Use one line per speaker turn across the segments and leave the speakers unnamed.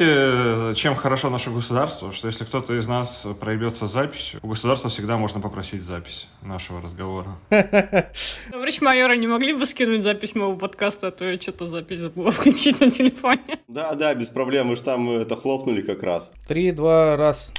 Знаете, чем хорошо наше государство? Что если кто-то из нас проебется с записью, у государства всегда можно попросить запись нашего разговора.
Товарищ Ну, майора, не могли бы скинуть запись моего подкаста, а то я что-то запись забыла включить на телефоне.
Да, да, без проблем, мы же там э, это хлопнули как раз.
Три, два, раз.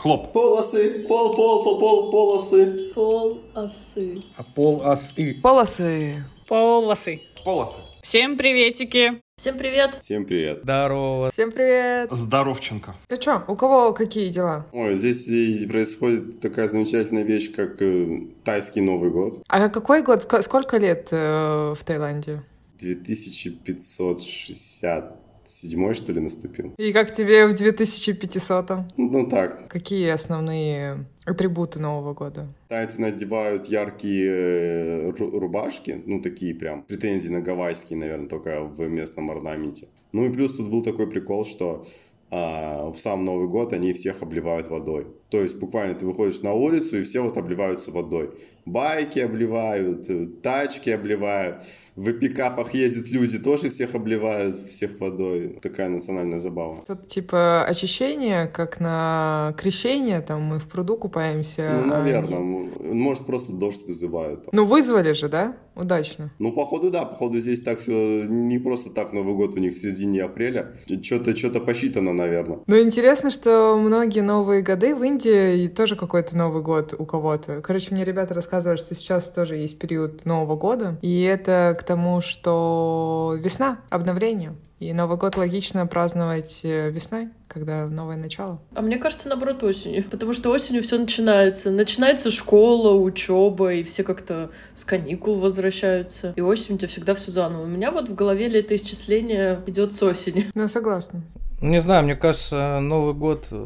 Хлоп.
Полосы, пол, пол, пол, пол, полосы.
Полосы.
А Пол асы.
Полосы.
Полосы.
Полосы.
Всем приветики.
Всем привет.
Всем привет.
Здорово.
Всем привет.
Здоровченко.
Ты чё, у кого какие дела?
Ой, здесь и происходит такая замечательная вещь, как э, тайский Новый год.
А какой год, ск- сколько лет э, в Таиланде?
2567 что ли наступил?
И как тебе в 2500-м?
Ну так,
Какие основные атрибуты Нового года?
тайцы надевают яркие э, ру- рубашки, ну такие прям, претензии на гавайские, наверное, только в местном орнаменте. Ну и плюс тут был такой прикол, что а, в сам Новый год они всех обливают водой. То есть буквально ты выходишь на улицу и все вот обливаются водой. Байки обливают, э, тачки обливают, в пикапах ездят люди, тоже всех обливают, всех водой. Такая национальная забава.
Тут типа очищение, как на крещение, там мы в пруду купаемся.
Ну,
а
наверное,
они-
м- может просто дождь вызывают.
Ну, вызвали же, да? Удачно.
Ну, походу, да, походу, здесь так все не просто так Новый год у них в середине апреля. Что-то что-то посчитано, наверное.
Но Ну, интересно, что многие новые годы в Индии и тоже какой-то Новый год у кого-то. Короче, мне ребята рассказывают, что сейчас тоже есть период Нового года. И это к тому, что весна, обновление. И Новый год логично праздновать э, весной, когда новое начало.
А мне кажется, наоборот, осенью. Потому что осенью все начинается. Начинается школа, учеба, и все как-то с каникул возвращаются. И осенью у тебя всегда все заново. У меня вот в голове летоисчисление идет с осени.
Ну, согласна.
Не знаю, мне кажется, Новый год э,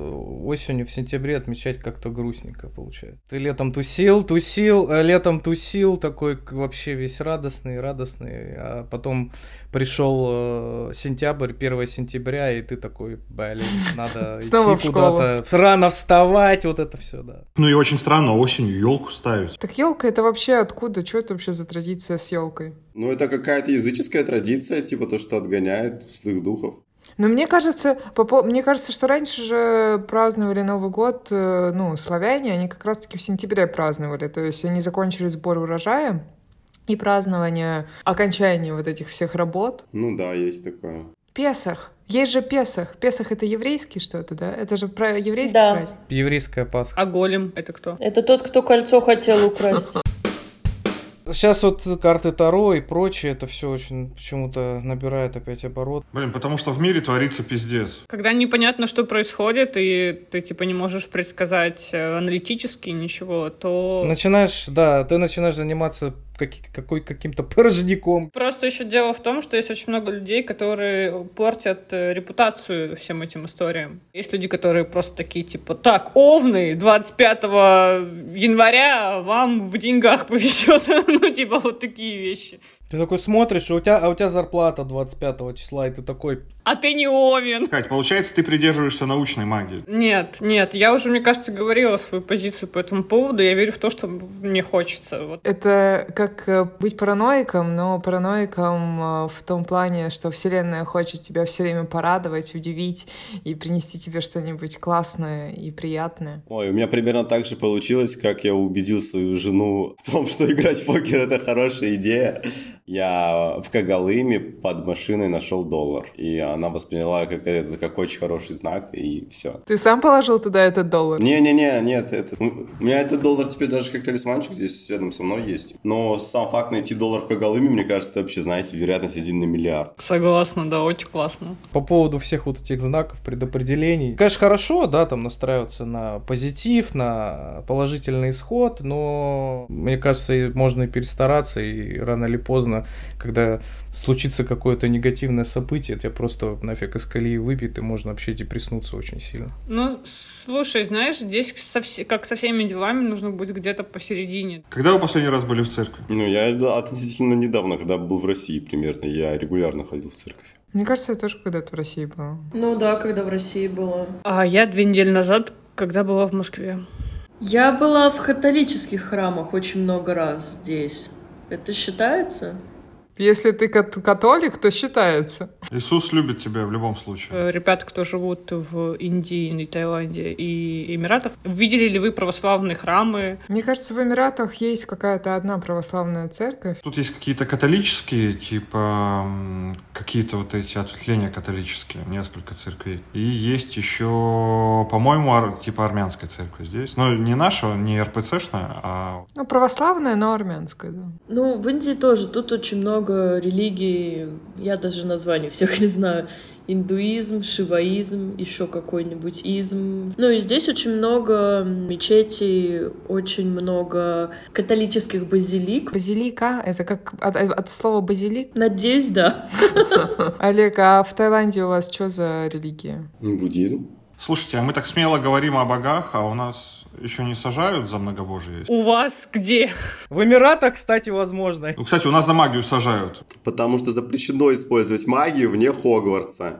осенью в сентябре отмечать как-то грустненько получается. Ты летом тусил, тусил, э, летом тусил, такой к- вообще весь радостный, радостный, а потом пришел э, сентябрь, 1 сентября, и ты такой, блин, надо
Снова в
идти
школу.
куда-то, рано вставать, вот это все, да.
Ну и очень странно осенью елку ставить.
Так елка это вообще откуда? Что это вообще за традиция с елкой?
Ну, это какая-то языческая традиция, типа то, что отгоняет злых духов.
Но мне кажется, по пов- мне кажется, что раньше же праздновали Новый год, э, ну, славяне, они как раз-таки в сентябре праздновали, то есть они закончили сбор урожая и празднование окончания вот этих всех работ.
Ну да, есть такое.
Песах. Есть же Песах. Песах — это еврейский что-то, да? Это же про еврейский
Да.
праздник.
Еврейская Пасха.
А голем это кто?
Это тот, кто кольцо хотел украсть.
Сейчас вот карты Таро и прочее, это все очень почему-то набирает опять оборот.
Блин, потому что в мире творится пиздец.
Когда непонятно, что происходит, и ты типа не можешь предсказать э, аналитически ничего, то
Ну, Начинаешь, да, ты начинаешь заниматься каки- какой, каким-то порожняком.
Просто еще дело в том, что есть очень много людей, которые портят э, репутацию всем этим историям. Есть люди, которые просто такие, типа, так, овны, 25 января вам в деньгах повезет. Ну, типа, вот такие вещи.
Ты такой смотришь, и у тебя, а у тебя зарплата 25 числа, и ты такой,
А ты не овен.
Кать, получается, ты придерживаешься научной магии.
Нет, нет, я уже, мне кажется, говорила свою позицию по этому поводу. Я верю в то, что мне хочется. Вот.
Это как э, быть параноиком, но параноиком э, в том плане, что Вселенная хочет тебя все время порадовать, удивить и принести тебе что-нибудь классное и приятное.
Ой, у меня примерно так же получилось, как я убедил свою жену в том, что играть в покер это хорошая идея. Я в Кагалыме под машиной нашел доллар. И она восприняла как, это как очень хороший знак, и все.
Ты сам положил туда этот доллар?
Не-не-не, нет, это... У у меня этот доллар теперь даже как талисманчик здесь рядом со мной есть. Но сам факт найти доллар в Кагалыме, мне кажется, это вообще, знаете, вероятность один на миллиард.
Согласна, да, очень классно.
по поводу всех вот этих знаков, предопределений. Конечно, хорошо, да, там настраиваться на позитив, на положительный исход, но мне кажется, и можно и перестараться, и рано или поздно, когда случится какое-то негативное событие, тебя просто нафиг из колеи выбьет, и можно вообще депресснуться очень сильно.
Ну, слушай, знаешь, здесь со все- как со всеми делами нужно будет где-то посередине.
Когда вы последний раз были в церкви?
Ну, я да, относительно недавно, когда был в России примерно, я регулярно ходил в церковь.
Мне кажется, я тоже когда-то в России была.
Ну да, когда в России была.
А я две недели назад, когда была в Москве.
Я была в католических храмах очень много раз здесь. Это считается?
Если ты кат- католик, то считается.
Иисус любит тебя в любом случае.
Э, Ребята, кто живут в Индии, и Таиланде и Эмиратах, видели ли вы православные храмы?
Мне кажется, в Эмиратах есть какая-то одна православная церковь.
Тут есть какие-то католические, типа м, какие-то вот эти ответвления католические, несколько церквей. И есть еще, по-моему, ар- типа армянская церковь здесь. Ну, не наша, не РПЦшная, а
Ну, православная, но армянская, да.
Ну, в Индии тоже. Тут очень много религий. Я даже названий всех не знаю. Индуизм, шиваизм, еще какой-нибудь изм. Ну и здесь очень много мечетей, очень много католических базилик.
Базилика — это как от, от слова базилик.
Надеюсь, да.
Олег, а в Таиланде у вас что за религия?
Ну, Буддизм.
Слушайте, а мы так смело говорим о богах, а у нас еще не сажают за многобожие?
У вас где?
В Эмиратах, кстати, возможно.
Ну, кстати, у нас за магию сажают.
Потому что запрещено использовать магию вне Хогвартса.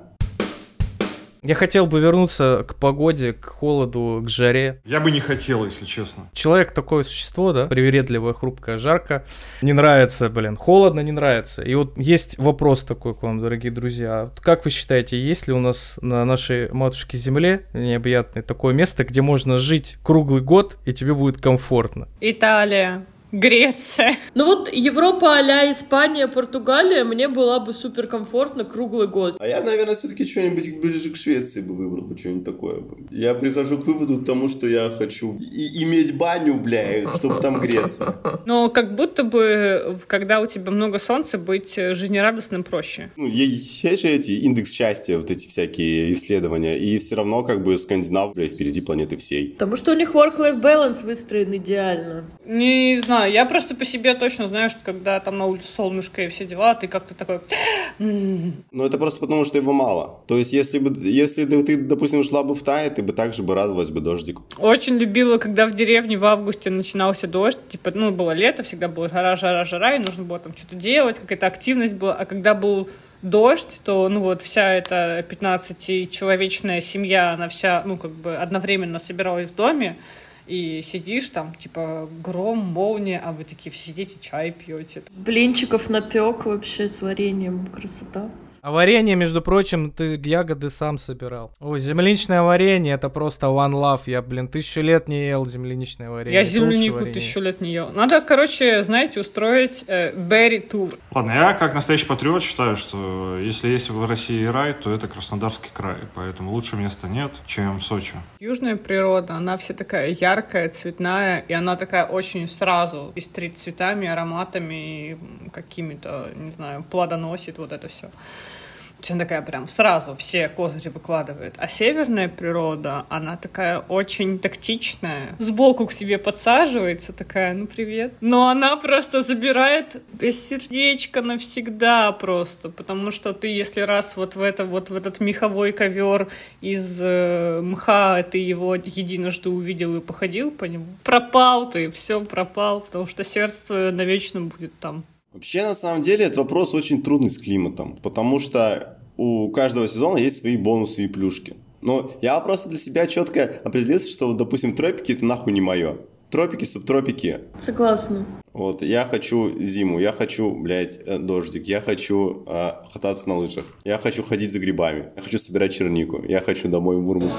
Я хотел бы вернуться к погоде, к холоду, к жаре.
Я бы не хотел, если честно.
Человек такое существо, да, привередливое, хрупкое, жарко. Не нравится, блин, холодно, не нравится. И вот есть вопрос такой к вам, дорогие друзья. А Вот Как вы считаете, есть ли у нас на нашей матушке земле необъятное такое место, где можно жить круглый год и тебе будет комфортно?
Италия, Греция.
Ну вот Европа а Испания, Португалия мне была бы суперкомфортно круглый год.
А я, наверное, все-таки что-нибудь ближе к Швеции бы выбрал, бы что-нибудь такое. бы. Я прихожу к выводу к тому, что я хочу и- иметь баню, бля, чтобы там греться.
Но как будто бы, в- когда у тебя много солнца, быть э, жизнерадостным проще.
Ну, е- есть же эти индекс счастья, вот эти всякие исследования, и все равно как бы Скандинав, бля, впереди планеты всей.
Потому что у них work-life balance выстроен идеально.
Не знаю, я просто по себе точно знаю, что когда там на улице солнышко и все дела, ты как-то такой... «Ммм, «М,
Но это просто потому, что его мало. То есть, если бы, если бы ты, допустим, шла бы в Тай, ты бы также бы радовалась бы дождику.
Очень любила, когда в деревне в августе начинался дождь. Типа, ну, было лето, всегда было жара, жара, жара, и нужно было там что-то делать, какая-то активность была. А когда был дождь, то, ну, вот вся эта 15-человечная семья, она вся, ну, как бы одновременно собиралась в доме, и сидишь там, типа, гром, молния, а вы такие все сидите, чай пьете.
Блинчиков напек вообще с вареньем. Красота.
А варенье, между прочим, ты ягоды сам собирал. Ой, земляничное варенье, это просто one love. Я, блин, тысячу лет не ел земляничное варенье.
Я
Это лучшее
землянику
варенье.
тысячу лет не ел. Надо, короче, знаете, устроить э, Берри тур.
Ладно, я как настоящий патриот считаю, что если есть в России рай, то это Краснодарский край. Поэтому лучше места нет, чем Сочи.
Южная природа, она вся такая яркая, цветная, и она такая очень сразу пестрит цветами, ароматами, и какими-то, не знаю, плодоносит вот это все. Она такая прям сразу все козыри выкладывает. А северная природа, она такая очень тактичная. Сбоку к тебе подсаживается такая, ну привет. Но она просто забирает без сердечка навсегда просто. Потому что ты, если раз вот в, это, вот в этот меховой ковер из э, мха ты его единожды увидел и походил по нему, пропал ты, все пропал, потому что сердце твое навечно будет там.
Вообще, на самом деле, этот вопрос очень трудный с климатом, потому что у каждого сезона есть свои бонусы и плюшки. Но я просто для себя четко определился, что, вот, допустим, тропики это нахуй не мое. Тропики, субтропики.
Согласна.
Вот, я хочу зиму, я хочу, блядь, э, дождик, я хочу э, кататься на лыжах, я хочу ходить за грибами, я хочу собирать чернику, я хочу домой в Мурманск.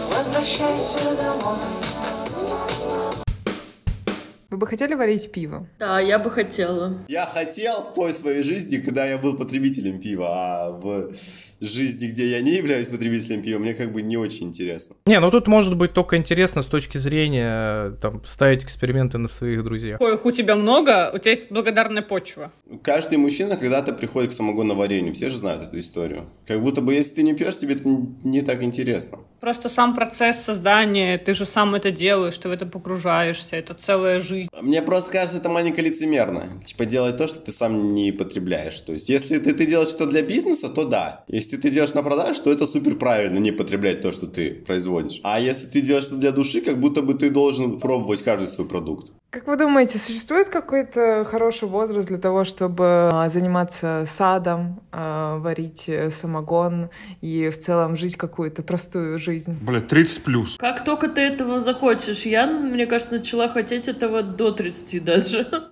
Вы бы хотели варить пиво?
Да, я бы хотела.
Я хотел в той своей жизни, когда я был потребителем пива, а в жизни, где я не являюсь потребителем пива, мне как бы не очень интересно.
Не, ну тут может быть только интересно с точки зрения э, там ставить эксперименты на своих друзьях.
Коих у тебя много, у тебя есть благодарная почва.
Каждый мужчина когда-то приходит к самогоноварению, все же знают эту историю. Как будто бы, если ты не пьешь, тебе это н- не так интересно.
Просто сам процесс создания, ты же сам это делаешь, ты в это погружаешься, это целая жизнь.
Мне просто кажется, это маленько лицемерно. Типа делать то, что ты сам не потребляешь. То есть, если ты, ты делаешь это для бизнеса, то да. Если ты делаешь на продаж, то это супер правильно не потреблять то, что ты производишь. А если ты делаешь это для души, как будто бы ты должен пробовать каждый свой продукт.
Как вы думаете, существует какой-то хороший возраст для того, чтобы а, заниматься садом, а, варить э, самогон и в целом жить какую-то простую жизнь?
Блядь, 30 плюс.
Как только ты этого захочешь, я, мне кажется, начала хотеть этого до 30 даже.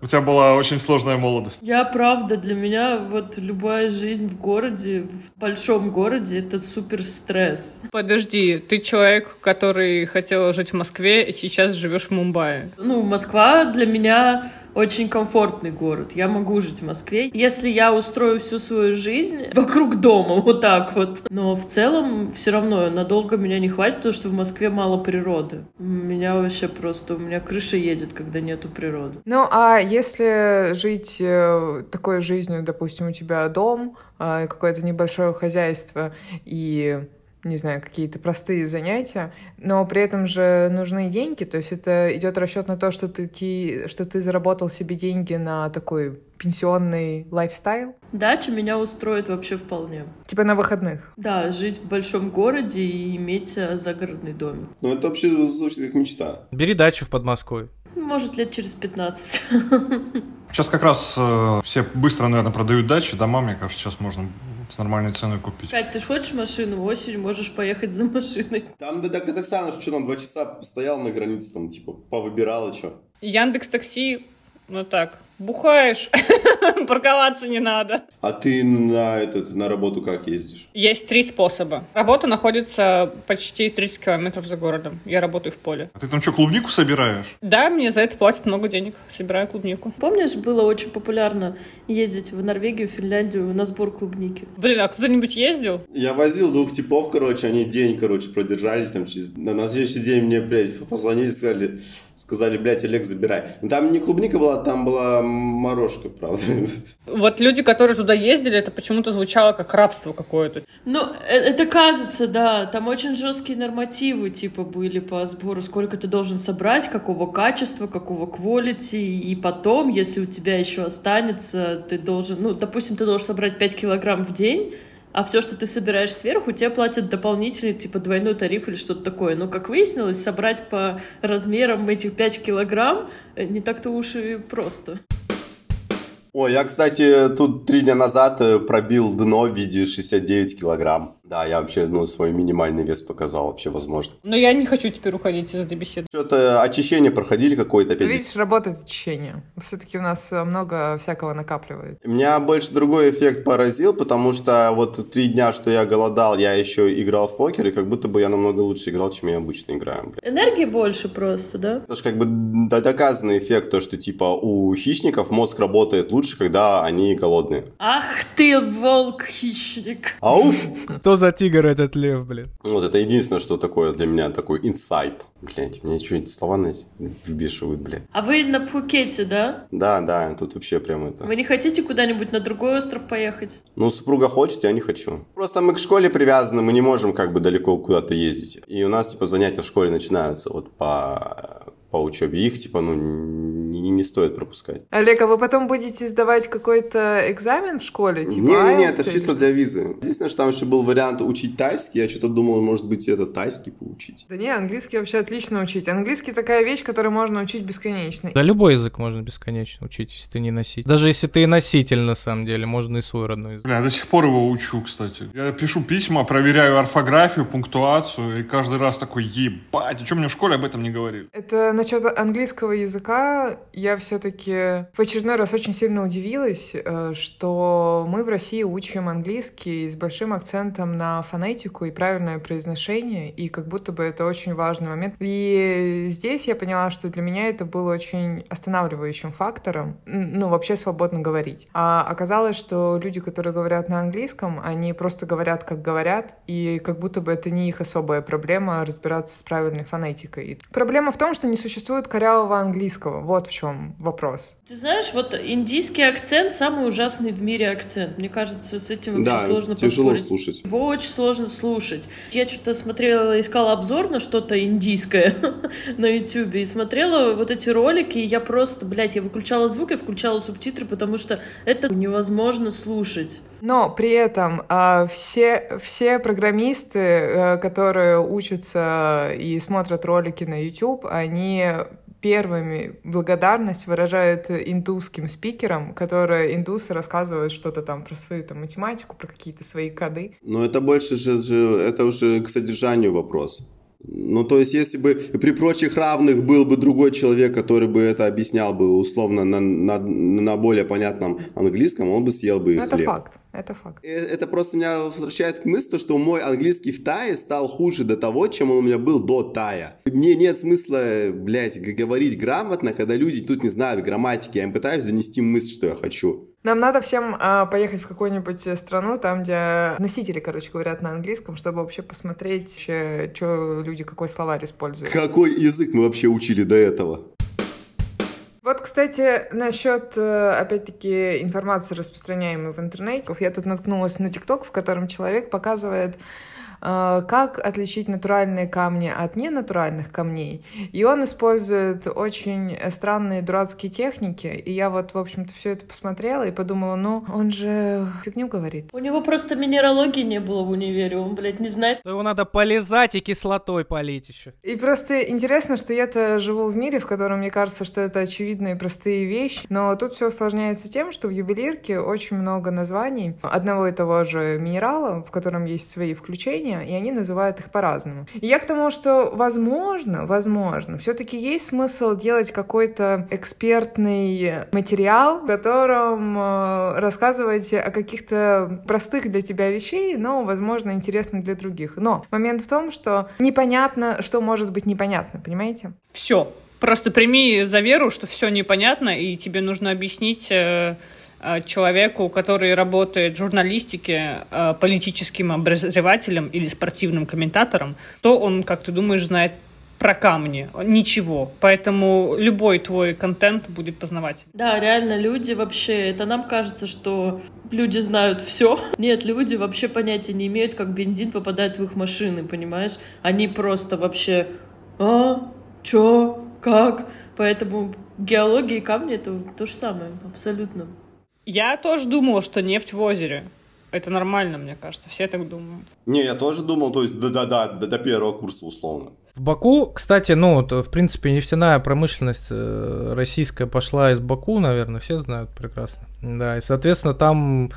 У тебя была очень сложная молодость.
Я правда, для меня вот любая жизнь в городе, в большом городе, это супер стресс.
Подожди, ты человек, который хотел жить в Москве, и сейчас живешь в Мумбаи.
Ну, Москва для меня очень комфортный город. Я могу жить в Москве, если я устрою всю свою жизнь вокруг дома, вот так вот. Но в целом все равно надолго меня не хватит, потому что в Москве мало природы. У Меня вообще просто, у меня крыша едет, когда нету природы.
Ну, а если жить э, такой жизнью, допустим, у тебя дом, э, какое-то небольшое хозяйство и не знаю, какие-то простые занятия, но при этом же нужны деньги, то есть это идет расчет на то, что ты, ти- что ты заработал себе деньги на такой пенсионный лайфстайл,
Дача меня устроит вообще вполне.
типа на выходных.
Да, жить в большом городе и иметь э, загородный домик.
Ну, это вообще звучит как мечта.
Бери дачу в Подмосковье.
Может, лет через 15.
Сейчас как раз э, все быстро, наверное, продают дачи, дома, мне кажется, сейчас можно с нормальной ценой купить.
Кать, ты ж хочешь машину? Осенью можешь поехать за машиной.
Там до, до Казахстана, что там, два часа постоял на границе, там, типа, повыбирала, что.
Яндекс Такси, ну так, бухаешь, парковаться не надо.
А ты на, этот, на работу как ездишь?
Есть три способа. Работа находится почти 30 километров за городом. Я работаю в поле.
А ты там что, клубнику собираешь?
Да, мне за это платят много денег. Собираю клубнику.
Помнишь, было очень популярно ездить в Норвегию, Финляндию на сбор клубники?
Блин, а кто-нибудь ездил?
Я возил двух типов, короче, они день, короче, продержались там. Через... На, на следующий день мне, блядь, позвонили, сказали, сказали, блядь, Олег, забирай. Ну, там не клубника была, там была морожка, правда.
Вот люди, которые туда ездили, это почему-то звучало как рабство какое-то.
Ну, э- это кажется, да. Там очень жесткие нормативы, типа, были по сбору. Сколько ты должен собрать, какого качества, какого quality. И потом, если у тебя еще останется, ты должен... Ну, допустим, ты должен собрать 5 килограмм в день, а все, что ты собираешь сверху, тебе платят дополнительный, типа, двойной тариф или что-то такое. Но, как выяснилось, собрать по размерам этих 5 килограмм э, не так-то уж и просто.
Ой, я, кстати, тут три дня назад э, пробил дно в виде 69 килограмм. Да, я вообще, ну, свой минимальный вес показал вообще, возможно.
Но я не хочу теперь уходить из этой беседы.
Что-то очищение проходили какое-то
Ты
опять.
видишь, работает очищение. Все-таки у нас э, много всякого накапливает.
Меня больше другой эффект поразил, потому что вот три дня, что я голодал, я еще играл в покер, и как будто бы я намного лучше играл, чем я обычно играю. блин.
Энергии больше просто, да?
Это же как бы д- доказанный эффект, то, что типа у хищников мозг работает лучше, когда они голодные.
Ах ты, волк-хищник.
Ауф!
Кто за тигр этот лев, блин?
Вот это единственное, что такое для меня, такой инсайт. Блять, мне что, эти слова на эти вбешивают, блядь.
А вы на Пхукете, да?
Да, да, тут вообще прям это...
Вы не хотите куда-нибудь на другой остров поехать?
Ну, супруга хочет, я не хочу. Просто мы к школе привязаны, мы не можем как бы далеко куда-то ездить. И у нас, типа, занятия в школе начинаются вот по, по учебе. Их, типа, ну, не, не стоит пропускать.
Олег, а вы потом будете сдавать какой-то экзамен в школе?
Не,
Типа
не, не,
IELTS
это
или-
чисто для визы. Единственное, что там еще был вариант учить тайский. Я что-то думал, может быть, это тайский поучить.
Да не, английский вообще отлично учить. Английский такая вещь, которую можно учить бесконечно.
Да любой язык можно бесконечно учить, если ты не носитель. Даже если ты и носитель, на самом деле, можно и свой родной язык.
Бля, я до сих пор его учу, кстати. Я пишу письма, проверяю орфографию, пунктуацию, и каждый раз такой, ебать, а что мне в школе об этом не говорили?
Это насчет английского языка. Я все-таки в очередной раз очень сильно удивилась, э, что мы в России учим английский с большим акцентом на фонетику и правильное произношение, и как будто бы это очень важный момент. И здесь я поняла, что для меня это было очень останавливающим фактором, н- ну, вообще свободно говорить. А оказалось, что люди, которые говорят на английском, они просто говорят, как говорят, и как будто бы это не их особая проблема разбираться с правильной фонетикой. И Проблема в том, что не существует корявого английского. Вот в чем вопрос.
Ты знаешь, вот индийский акцент самый ужасный в мире акцент. Мне кажется, с этим Ну,
Да,
вообще сложно
тяжело
поспорить.
слушать.
Его очень сложно слушать. Я что-то смотрела, искала обзор на что-то индийское на ютюбе и смотрела вот эти ролики, и я просто, блядь, я выключала звук и включала субтитры, потому что это невозможно слушать.
Но при этом а, все, все программисты, э, которые учатся и смотрят ролики на YouTube, они первыми благодарность выражают индусским спикерам, которые индусы рассказывают что-то там про свою там, математику, про какие-то свои коды.
Но это больше же, же- это уже к содержанию вопрос. Ну, то есть, если бы при прочих равных был бы другой человек, который бы это объяснял бы условно на, на, на более понятном английском, он бы съел бы
Ну, это
хлеб.
факт, это факт.
Э, Это просто меня возвращает к мысли, что мой английский в Тае стал хуже до того, чем он у меня был до Тая. Мне нет смысла, блядь, г- говорить грамотно, когда люди тут не знают грамматики. Я им пытаюсь донести мысль, что я хочу.
Нам надо всем а, поехать в какую-нибудь э, страну, там, где носители, короче, говорят на английском, чтобы вообще посмотреть, вообще, что люди, какой словарь используют.
Какой язык мы вообще учили до этого?
Вот, кстати, насчет, э, опять-таки, информации, распространяемой в интернете. Я тут наткнулась на ТикТок, в котором человек показывает, э, как отличить натуральные камни от ненатуральных камней. И он использует очень странные дурацкие техники. И я вот, в общем-то, все это посмотрела и подумала, ну, он же фигню говорит.
У него просто минералогии не было в универе, он, блядь, не знает.
То его надо полезать и кислотой полить еще.
И просто интересно, что я-то живу в мире, в котором мне кажется, что это очевидные простые вещи, но тут все усложняется тем, что в ювелирке очень много названий одного и того же минерала, в котором есть свои включения, и они называют их по-разному. И я к тому, что возможно, возможно, все-таки есть смысл делать какой-то экспертный материал, в котором э, рассказывать о каких-то простых для тебя вещей, но, возможно, интересных для других. Но момент в том, что непонятно, что может быть непонятно, понимаете?
Все. Просто прими за веру, что все непонятно, и тебе нужно объяснить э, э, человеку, который работает в журналистике, э, политическим обозревателем или спортивным комментатором, то он, как ты думаешь, знает про камни. Ничего. Поэтому любой твой контент будет познавать.
Да, реально, люди вообще, это нам кажется, что люди знают все. Нет, люди вообще понятия не имеют, как бензин попадает в их машины, понимаешь? Они просто вообще, а, чё, как? Поэтому геология и камни — это то же самое, абсолютно.
Я тоже думала, что нефть в озере. Это нормально, мне кажется. Все так думают.
Не, я тоже думал, то есть да-да-да, до, до первого курса условно.
В Баку, кстати, ну, вот, в принципе, нефтяная промышленность э, российская пошла из Баку, наверное, все знают прекрасно. Да, и, соответственно, там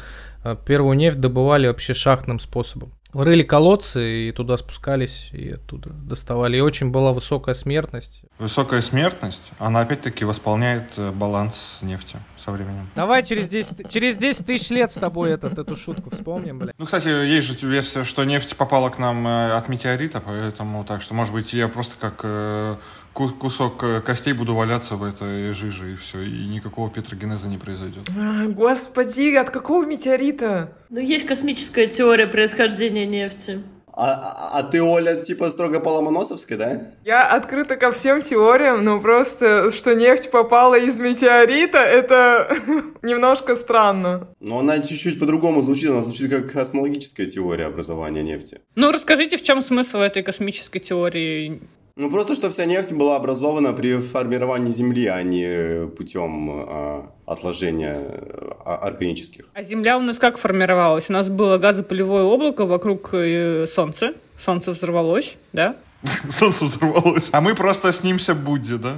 э, первую нефть добывали вообще шахтным способом. Рыли колодцы и туда спускались, и оттуда доставали. И очень была высокая смертность.
Высокая смертность, она опять-таки восполняет э, баланс нефти со временем.
Давай через 10, т- через 10 тысяч лет с тобой этот, эту шутку вспомним, бля.
Ну, кстати, есть же версия, что нефть попала к нам э, от метеорита, поэтому так что, может быть, я просто как э, ку- кусок э, костей буду валяться в этой жиже, и все, и никакого петрогенеза не произойдет.
А, Господи, от какого метеорита?
Но Ну, есть космическая теория происхождения нефти.
А, а- а ты, Оля, типа строго по Ломоносовской, да?
Я открыта ко всем теориям, но просто, что нефть попала из метеорита, это немножко странно.
Но она чуть-чуть по-другому звучит, она звучит как космологическая теория образования нефти.
Ну, расскажите, в чем смысл этой космической теории?
Ну просто, что вся нефть была образована при формировании Земли, а не путем отложения э, а- органических.
А Земля у нас как формировалась? У нас было газопылевое облако вокруг э, Солнца. Солнце взорвалось, да?
Солнце взорвалось. А мы просто снимся Будде, да?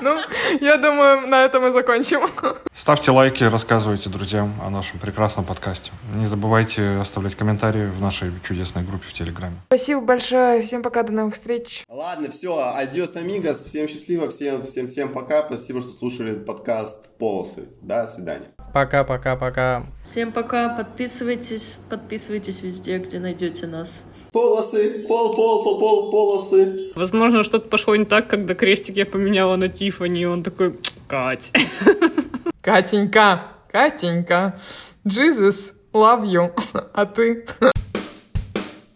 Ну, я думаю, на этом и закончим.
Ставьте лайки, рассказывайте друзьям о нашем прекрасном подкасте. Не забывайте оставлять комментарии в нашей чудесной группе в Телеграме.
Спасибо большое. Всем пока, до новых встреч.
Ладно, все, адиос, амигос, всем счастливо, всем, всем, всем пока, спасибо, что слушали подкаст «Полосы». До свидания.
Пока-пока-пока.
Всем пока, подписывайтесь, подписывайтесь везде, где найдете нас.
Полосы, пол, пол, пол, пол, полосы.
Возможно, что-то пошло не так, когда крестик я поменяла на Тифани, и он такой, Кать.
Катенька, Катенька, Jesus, love you. А ты?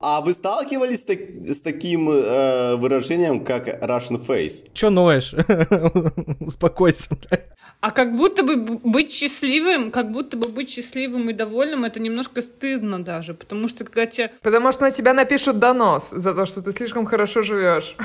А вы сталкивались с, так- с таким э, выражением, как Russian face?
Чё ноешь? Успокойся, бля.
А как будто бы б- быть счастливым, как будто бы быть счастливым и довольным, это немножко стыдно даже, потому что когда тебя
Потому что на тебя напишут донос за то, что ты слишком хорошо живешь.